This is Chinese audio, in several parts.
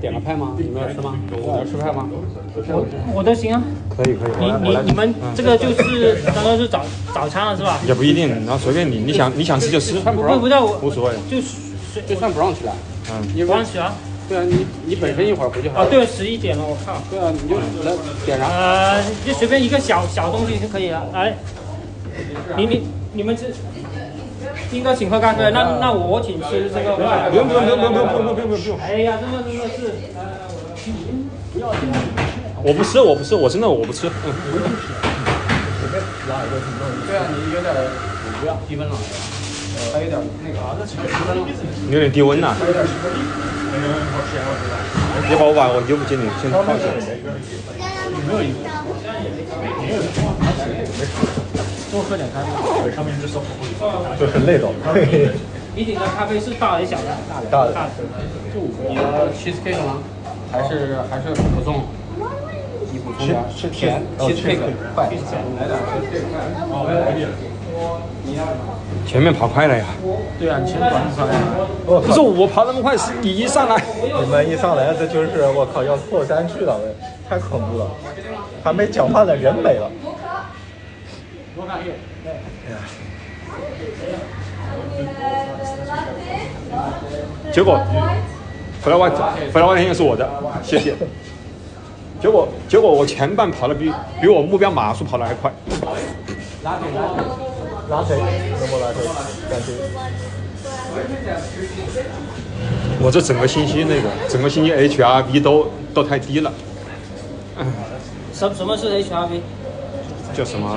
点个派吗？你们要吃吗？你要吃派吗？我都行啊。可以可以，你我来我你来。你们这个就是刚刚是早早餐了是吧？也不一定，然后随便你，你想你想吃就吃，算不不不不 brunch，叫无我，所谓。就随就算 brunch 了。嗯你我忘记了对啊，你你本身一会儿回去还啊。对，十一点了，我靠。对啊，你就来点啥？呃，就随便一个小小东西就可以了。哎，你你你们吃，应该请喝咖啡，那那我请吃这个饭。不用不用不用不用不用不用不用不用，哎呀，真的真的是，呃我不吃我不吃，我真的我不吃。嗯对啊，你有点不要低温了，还有点那个啥，你有点低温呐、你哎把我碗我衣服借你，先放下。多喝点咖啡。就很累的，你点的咖啡是大还是小的？大的。大的大的。你要 cheesecake 吗？还是还是补送？你补充点儿是甜 cheesecake 快，来点 cheesecake 快。前面跑快了呀！对啊，前短少呀。我不靠是！我跑那么快，是你一上来。你们一上来这就是我靠，要破山去了，我太恐怖了，还没讲话呢，人没了。结果回来万回来万天是我的，谢谢。结果结果我前半跑的比比我目标码数跑的还快，拉谁？能不能拉谁？感觉我这整个星期那个整个星期 HRV 都都太低了，什什么是 HRV？叫什么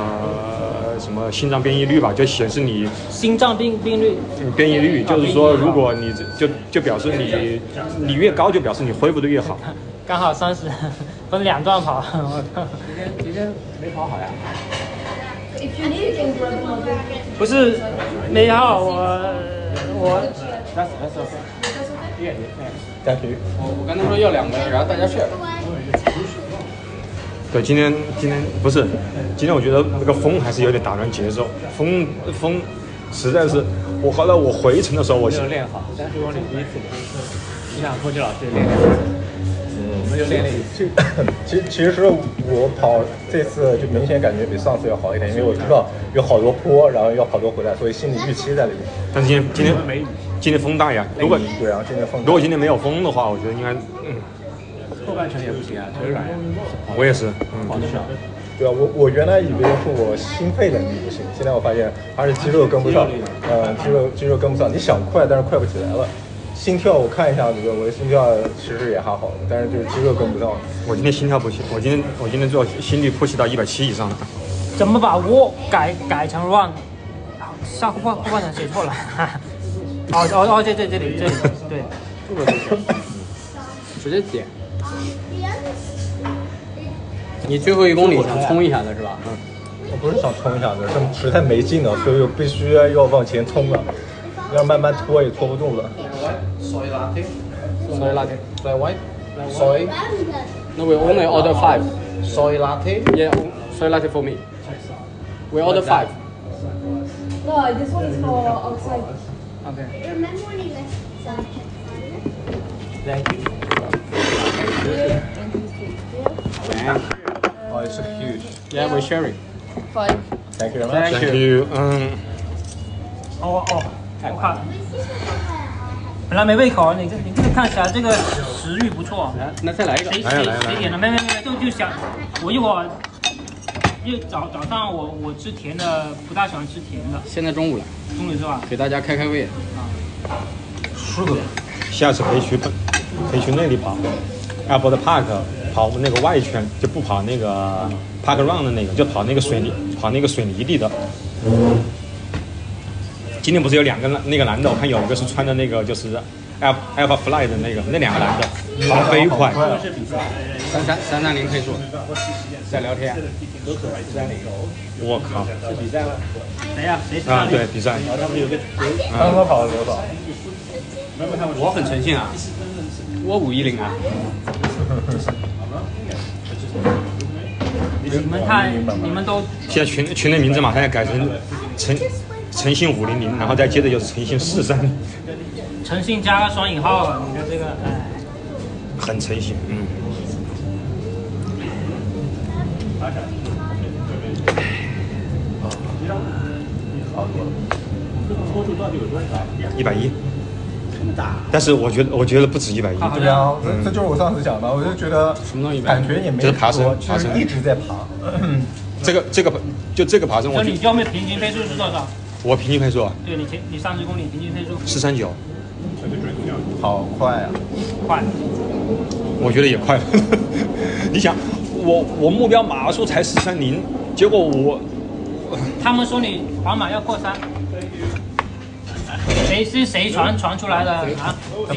什么心脏变异率吧，就显示你心脏病病率。嗯变异率，就是说如果你这就就表示你你越高就表示你恢复的越好。刚好三十，分两段跑。今天没跑好呀？ If you need it, we'll go back. 不是，没好我我来来来，感觉我我跟他说要两杯，然后大家 share。对，今天今天不是，今天我觉得那个风还是有点打乱节奏，风风实在是，我后来我回程的时候我练好，但是我你第一次你想过去老师练练，我们就练练。其其其实我跑这次就明显感觉比上次要好一点，因为我知道有好多坡，然后要跑多回来，所以心理预期在里面。但是今天今天今天风大呀，如果对，然后今天放假如果今天没有风的话，我觉得应该，嗯，后半程也不行啊，腿软呀。我也是，嗯，对啊，我我原来以为是我心肺能力不行，现在我发现还是肌肉跟不上，嗯，肌肉肌肉跟不上。你想快，但是快不起来了。心跳我看一下，这个我的心跳其实也还好，但是就是肌肉跟不上。嗯我今天心跳不行，我今天我今天最后心率破七到一百七以上了，怎么把 walk 改改成 run？啊下后半后半场写错了。 哦哦哦，对对这里这里对，直接点。你最后一公里想冲一下的是吧？我不是想冲一下子，但实在没劲了，所以我必须要往前冲了，要慢慢拖也拖不住了。 Soy latte. Soy latte. Soy white. Soy. Yes. No, we only order five. Soy latte. Yeah, soy latte for me. We order five. No, this one is for outside. Okay. Remember when you left? Thank you. Oh, it's so huge. Yeah, we're sharing. Five. Thank you very much. Thank Thank you. you，嗯，哦哦，我看，本来没胃口，你这你这个看起来这个食欲不错。来，啊那再来一个。谁来呀谁来呀来谁呀点的？没没没，就就想，我一会儿，因为早早上我我吃甜的，不大喜欢吃甜的，现在中午了，中午是吧？给大家开开胃。下次可以去可以去那里跑 a p p l e 的 Park 跑那个外圈，就不跑那个 Park Run 的那个，就跑那个水泥跑那个水泥地的。今天不是有两个男那个男的，我看有一个是穿的那个就是 Alpha Alpha Fly 的那个，那两个男的跑得飞快，三三三三零配速，在聊天。我靠！谁呀？谁吃啊，饭对，比赛刚刚跑了多少？我很诚信啊，我五一零啊。你们太你们都现在群群的名字马上要改成诚诚信五零零，然后再接着就是诚信四三，诚信加个双引号，你的这个哎，很诚心，嗯。一百一，啊但是我觉得我觉得不止一百一，对啊，这这就是我上次讲的，我就觉得什么东西感觉也没就是爬说升就爬是升一直在爬。这个这个就这个爬升，我那觉你得后面平均配速是多少？我平均配速啊对你前你三十公里平均配速是三九，好快啊！快，我觉得 也快了。你想，我我目标马术才四三零，结果我他们说你皇马要过三，谁是谁传传出来的啊？谁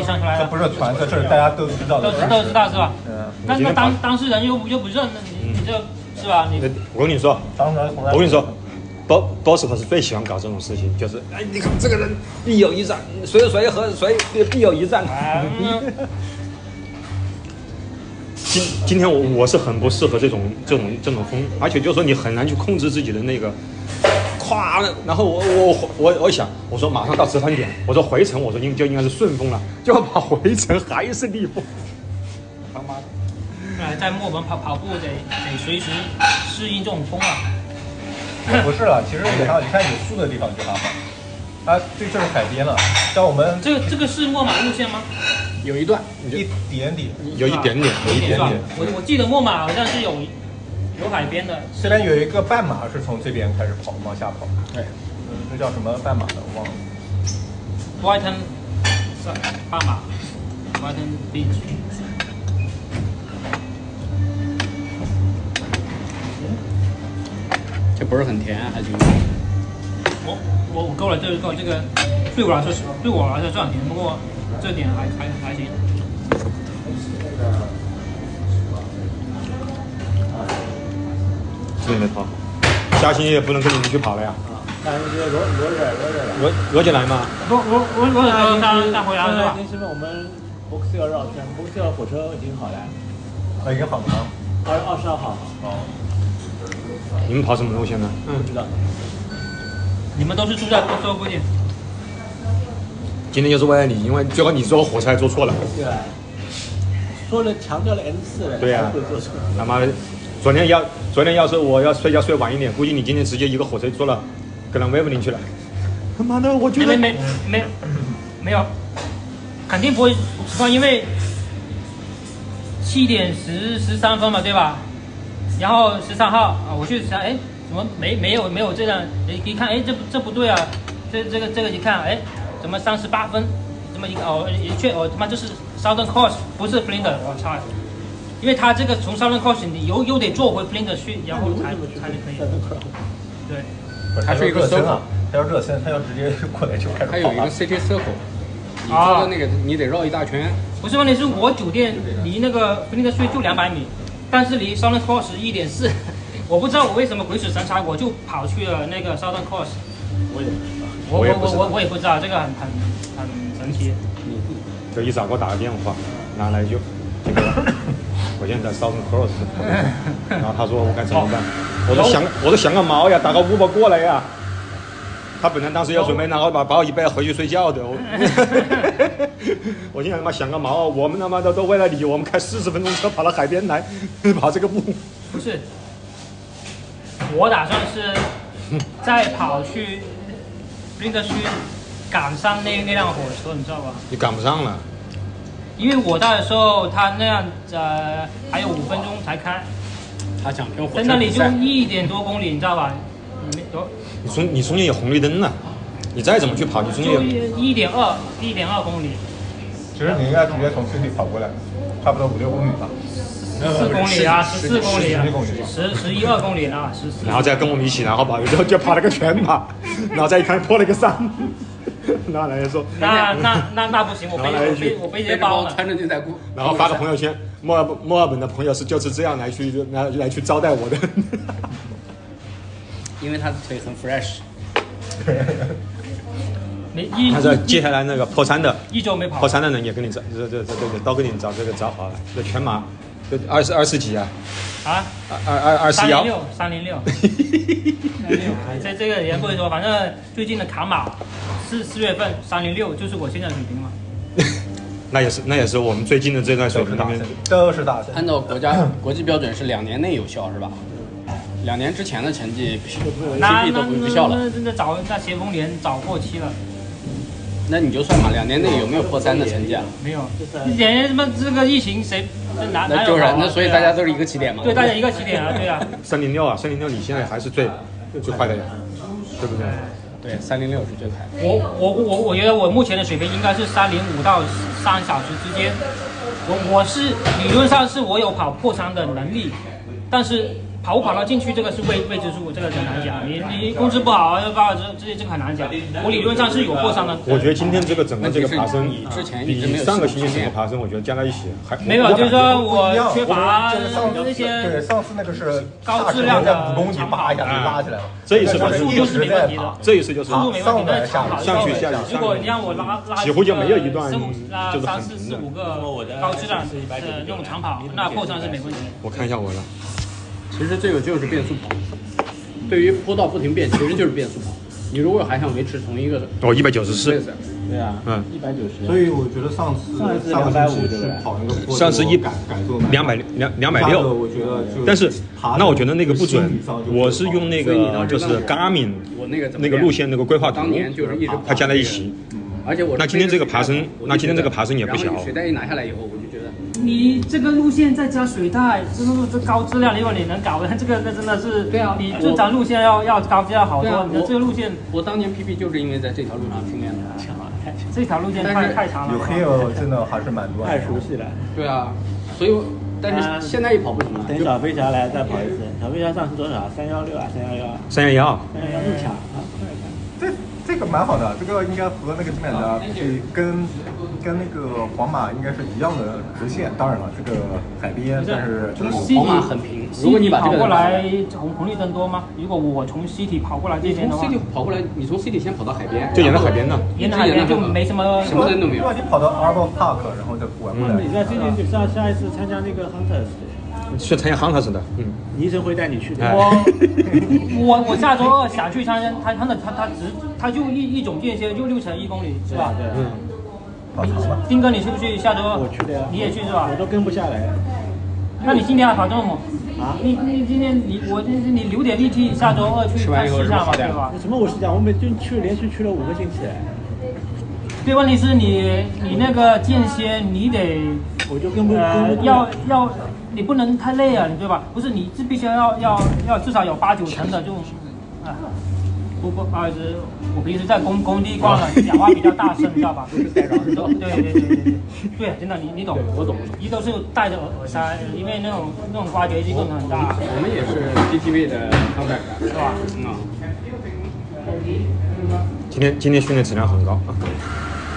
传出来这的不？是传测，这是大家都知道都的知都知道是吧？嗯，那你今那天当跑当事人又不又不认，那你你这是吧？你我跟你说，啊当然从来我跟你说。包 boss 他是最喜欢搞这种事情，就是哎，你看这个人必有一战，谁谁和谁必有一战。啊哎嗯今今天我我是很不适合这种这种这种风，而且就是说你很难去控制自己的那个，咵，然后我我我我想，我说马上到折返点，我说回程，我说应就应该是顺风了，结果跑回程还是逆风，他妈的！哎，在墨尔本跑跑步得得随时适应这种风啊。不是了，其实你看，你看有树的地方就还好。啊，对，这是海边了，像我们这个这个是墨马路线吗？有一段一点点，有一点点，有一点是吧点，我我记得墨马好像是有有海边的，这边有一个半马是从这边开始跑，往下跑，对，嗯，那叫什么半马的，我忘了。 Brighton 是巴马，Brighton Beach。这不是很甜，啊还行。我我我够了，这个够了这个对我来说是对我来说赚钱，不过这点还还还行。真的没跑。下星期也不能跟你们去跑了呀。罗罗姐来吗？我我我我有带带回来是吧？那是我们 b o x 要绕圈 b o x 要火车已经好了，啊，已经好了吗？二二十二号你们跑什么路线呢？不知道。你们都是住在波州，估计今天就是为了你，因为最后你坐火车还坐错了。对吧，说了强调了 N 四了，对呀还不做出来他妈的，昨天要昨天要是我要睡觉睡晚一点，估计你今天直接一个火车坐了，可能威不林去了。他妈的，我觉没没得没没没有，肯定不会不会，因为七点十十三分嘛，对吧？然后十三号啊，我去想，哎，怎么没没有没有这样？哎，一看，哎，这不这不对啊，这这个这个一看，哎，怎么三十八分？怎么一个哦，一确哦，他妈这是 Southern Cross，不是 Blinder，我操！因为他这个从 Southern Cross 你又又得坐回 Blinder 去，然后才才能可以。对，不是，它是一个热身 circle 啊，他要热身，他要直接过来就开始跑还有一个啊了。 City Circle，你坐的那个你得绕一大圈。不是问题是我酒店离那个 Blinder 去就两百米，但是离 Southern Cross 一点四，我不知道我为什么鬼使神差，我就跑去了那个 Southern Cross。我也不知道。我我我也不知我道我我也不知道，这个很很很神奇。就一早给我打个电话，拿来就这 个，我现在在 Southern Cross，然后他说我该怎么办？我说想我说想个毛呀，打个 Uber 过来呀。他本来当时要准备拿我把把我一背回去睡觉 的，我我心想他妈想个毛，我们他妈的都为了你，我们开四十分钟车跑到海边来 跑这个步。不是，我打算是再跑去那个去赶上那那辆火车，你知道吧？你赶不上了。因为我到的时候，他那样呃还有五分钟才开，他想听火在车那里比就赛一点多公里，你知道吧？嗯没多你中你中间有红绿灯呢，你再怎么去跑，你中间就有一点二一点二公里，其实你应该直接从 city 跑过来，差不多五六公里吧。四公里啊，十四公里啊十公里，十十一二公里啊，十四。然后再跟我们一起，然后跑，然后就 跑了个全马，然后再一看破了个三， 然后来说，那那那那不行，我背然后来一我句背我背背这着包包了。穿着牛仔裤，然后发个朋友圈，墨尔本墨尔本的朋友是就是这样来去来来去招待我的， 因为他的腿很 fresh。你一他说接下来那个破三的一周没跑破，三的人也跟你找，这这这这都跟你找这个找好了，这全马就二十二十几啊，啊，二二二二十三零幺，六，三零六，这哎这个也不会说，反正最近的卡马四四月份三零六就是我现在的水平嘛。 那也是那也是我们最近的这段水都平是里大面神，都是大按神。照国家国际标准是两年内有效是吧？两年之前的成绩 P P 那 P 那都不那无效了，那真的早那咸丰年早过期了，那你就算嘛，两年内有没有破三的成绩啊？没有就是，人家他妈这个疫情谁这哪哪那有就是好啊那所以对啊大家都是一个起点嘛。对大家一个起点啊，对啊，三零六啊，三零六你现在还是最最快的呀，对不对？对三零六是最快的。我我我我觉得我目前的水平应该是三零五到三小时之间。我我是理论上是我有跑破三的能力，但是跑不跑得进去这个是未未知数，这个很难讲。你你控制不好啊，把这这这个很难讲。我理论上是有破三的，我觉得今天这个整个这个爬升，那就是你之前一直没比有上个星期整个爬升，我觉得加在一起还没 有，就是说我不一样缺乏就是上次那对些上次那个是高质量的大神在五公里叭一下就拉起来了，这一次那就反是正一直在爬。这一次就是速度没问题，但是长跑上去下去如果你让我拉拉几乎就没有一段四五拉就是三很四平四的五个高质量的那种长跑，那破三是没问题。我看一下我的，其实这个就是变速跑，对于坡道不停变，其实就是变速跑。你如果还想维持同一个我哦一百九十四，对啊，嗯，一百九十。所以我觉得上次上一次上个星250期对是吧跑那个坡，上次一改改做两百两两百六，我觉得就但是爬那我觉得那个不心准理上就，我是用那所以你当时个就是问我 Garmin 我那个怎么那个练路线那个规划图啊当年就是一直，它加在一起。而且我是那今天这个爬升背着水袋跑那今天这个爬升也不小然后水袋一拿下来以后，我就觉得你这个路线再加水袋，这是这高质量，如果你能搞，这个那真的是对啊你这张路线要要高质量好对啊多，你的我这个路线我当年 PP 就是因为在这条路上训 练的。这条路线但太是太长了。有 Hill 真的还是蛮多的。太熟悉了。对啊，所以我但啊是现在一跑不行了，等就小飞侠来再跑一次，小飞侠上次多少？三幺六啊，三幺幺，三幺幺，三幺幺一强啊，快一点这这个蛮好的，这个应该和那个基本的跟跟那个皇马应该是一样的直线。当然了，这个海边，但是从这西个体皇马很平西如果你体把这跑个过来，红红绿灯多吗？如果我从西体跑过来这你边从的话 CT，跑过来，你从 CT 先跑到海边，就沿着海边的，沿海边就没什么什么人都没有啊如果你跑到 Arbor Park，然后再拐过来，嗯你在最近就上下一次参加那个 Hunters，去参加 Hunters 的，嗯，医生会带你去哎的。 我 我我下周二想去参加，他他的他他只他就一一种间歇就六乘一公里是对吧吧？？对啊，嗯嗯跑长了。丁哥你去不去下周二？我去的呀。你也去是吧我？都跟不下来。那你今天还跑这么猛？啊你你今天你我你留点力气，下周二去吃完以后试一是不下是嘛，好点对吧？什么我是讲，我每就去连续去了五个星期，对，问题是你你那个间歇你得我就跟不呃跟不要要你不能太累啊，你对吧？不是你是必须要要要至少有八九成的这种啊。不不，不好意思，我平时在工工地逛了，讲话比较大声，知道吧？对对对对对对，真的你你懂，我懂。一都是戴着耳耳塞，因为那种那种挖掘机动很大，我们也是 PTV 的 comeback，是吧？嗯啊，今天今天训练质量很高啊。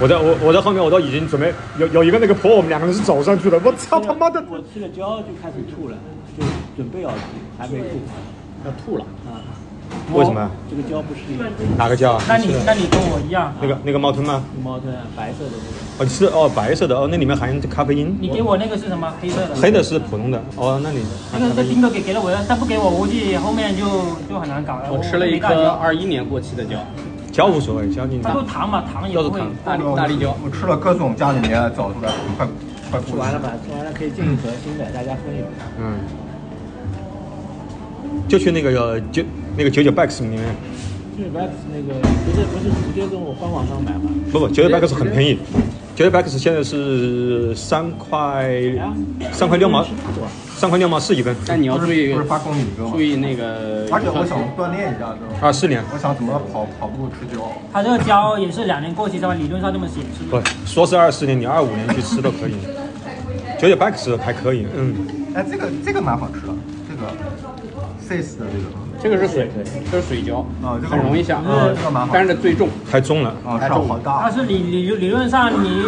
我在我我在后面我都已经准备有有一个那个坡，我们两个人是走上去的，我操他妈的！我吃了胶就开始吐了，就准备要吐，还没吐嗯要吐了。啊。为什么？啊这个胶不适应。哪个叫？那你那你跟我一样，那个那个猫吞吗？猫吞啊，白色的那哦，是哦，白色的哦，那里面含咖啡因。你给我那个是什么黑色的？黑的是普通的哦，那你那含个咖啡这丁因。哥给给了我，他不给我，估计后面就就很难搞了。我吃了一没带颗胶二一年过期的胶，胶无所谓，胶你他就糖嘛，糖也不会要是糖大力大力胶我吃了各种家里面找出来，快快个。过吃完期了吧？吃完了可以进一盒新的，大家分一盒。嗯，就去那个九那个九九 Bucks 里面，就是 Rex 那个不是不是直接跟我官网上买吗？不不，九九 Bucks 很便宜，九九 Bucks 现在是三块三块六毛，三块六毛四一根但你要不注是意不是八公里一个吗注？意那个。而且我想锻炼一下，就是啊，四年。我想怎么跑跑步吃胶。它这个胶也是两年过期的嘛，理论上这么显示。不，说是二四年，你二五年去吃都可以。九九 Bucks 还可以，嗯，哎，这个这个蛮好吃的，这个 Sis 的这个这个是水，这是水胶啊这，个很容易下，嗯这个蛮好但是最重。太重了。啊，这样好但大。是理理理论上你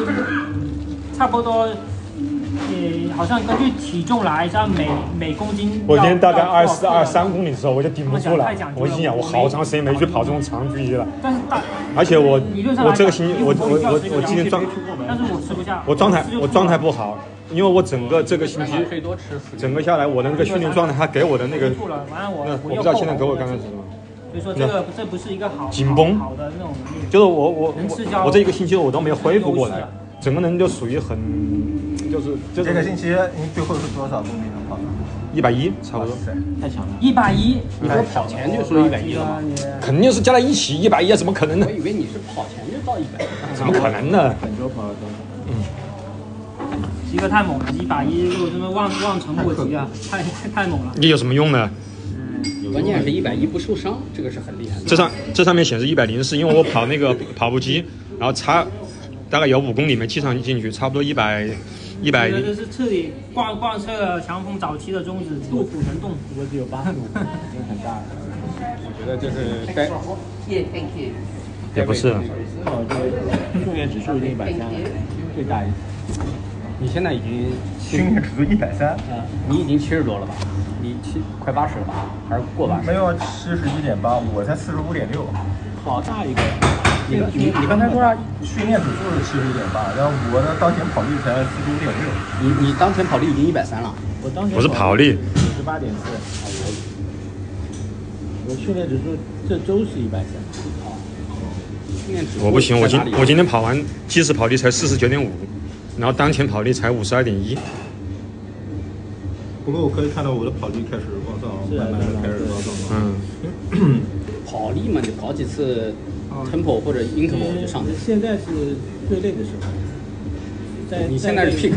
差不多，呃，好像根据体重来，像每每公斤要。我今天大概要二十二。三要公里的时候，我就顶不住了太讲。究了我心想，我好长时间没去跑这种长距离了，但是大，而且我理论上来我讲这个星期我我我我今天状但是我吃不下。我状态吃就我状态不好，因为我整个这个星期最多吃四整个下来我的那个训练状态，他给我的那个，吐了，完了我那嗯我又不知道够现在了给我刚刚是什么。所以说这个这不是一个好紧绷好好的那种能力。就是我我能吃我胶我这一个星期我都没有恢复过来优势啊，整个人就属于很，就是就这个是星期你最后是多少公里能跑？一百一差不多，嗯太强了！一百一，你不是跑前就说一百一了吗？肯定是加在一起一百一，怎么可能哎呢哎我？以为你是跑前就到一百。怎么可能呢？本周跑了多少？一个太猛了，一百一如果真的望望尘莫及 啊，太太太猛了。你有什么用呢？关键是一百一不受伤，这个是很厉害的。这上这上面显示一百零四，因为我跑那个跑步机，然后差大概有五公里没计上进去，差不多一百一我百觉得这是彻底贯贯彻了强风早期的宗旨，杜甫能动。我只有八十五，已经很大了。我觉得这是该也不是。那哦我这个训练指数已经一百三了，最大一次。你现在已经七训练指数一百三，你已经七十多了吧？你七快八十了吧？还是过八十？没有七十一点八，我才四十五点六。好大一个！你刚你你刚才多少？训练指数是七十一点八，然后我呢当前跑率才四十五点六。你你当前跑率已经一百三了，我当时我是跑力九十八点四，我训练指数这周是一百三，训练指数我不行，我今在哪里我今天跑完计时跑力才四十九点五，然后当前跑力才五十二点一，不过我可以看到我的跑率开始往上，是啊慢慢的开始往上了。嗯，跑力嘛，你跑几次 tempo 或者嗯 interval 就上去了。现在是最累的时候。在你现在是 peak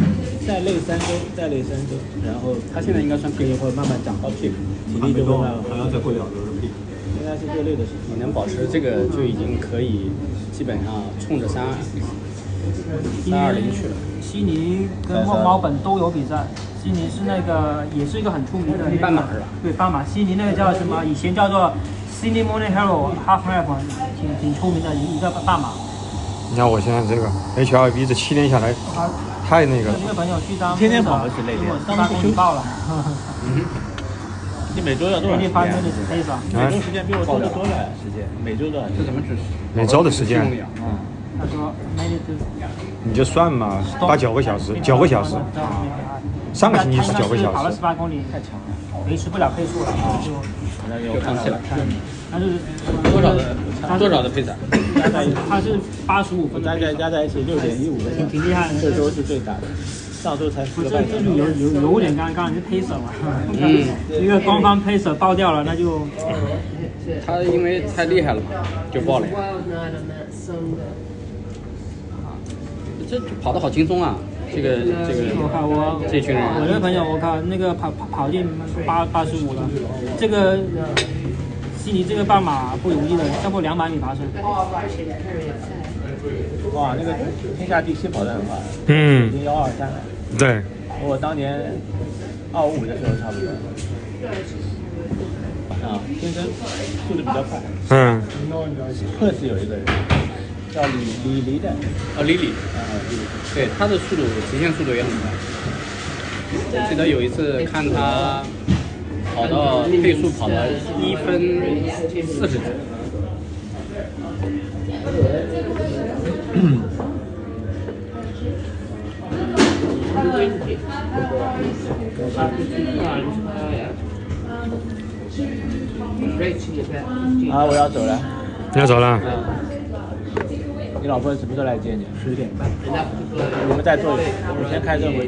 再累三周，再累三周，然后他现在应该算可以会慢慢涨到 peak，体力就会慢慢好像再过两周是 P。现在是最累的时候。你能保持这个就已经可以，基本上冲着三二三二零去了。悉尼跟猫猫本都有比赛，悉尼是那个也是一个很出名的那个半马是吧？对，半马。悉尼那个叫什么？以前叫做 Sydney Morning Herald Half Marathon，挺挺出名的一个半马。你看我现在这个 H R V 这七天下来他太那有个了一，个朋友去当天天跑步是累的结果十八公 里爆了，你每周要多少天天时发间生？的是 pace 啊。每周时间比我多的多啊了，时间每周多少时间？怎么只每周的时间他说 made it to 你就算嘛，八九个小时，九个小时，上个星期是九个他应该跑小了时十，八公里，太强了，维持不了配速了，就就放弃了？他就是多少的多少的配载？加在一起，他是八十五我分的加配在速，加在一起六点一五个小挺时，挺厉害的。这周是最大的，上周才不四个是，半这就小时。有有有点尴尬，你是 pacer 嘛，嗯，一个官方 pacer 爆掉了，那就嗯他因为太厉害了嘛，就爆了呀。 Wild night on that Sunday. 这跑得好轻松啊！这个这我靠个我这群人我那个朋友，我靠那个跑跑跑进八八十五了，这个悉尼这个半马不容易的，差不多两百米爬升，哇，那个天下第七跑得很快，已嗯，经幺二三了。对，和我当年二五的时候差不多。啊，天生速度比较快。嗯，赫斯有一个人叫李李黎的，哦，Lily，对他的速度极限速度也很快。我记得有一次看他跑到配速跑了一分四十几。啊，我要走了，你要走了，你老婆什么时候来接你？十点半。我们再坐一会儿，我先开车回去。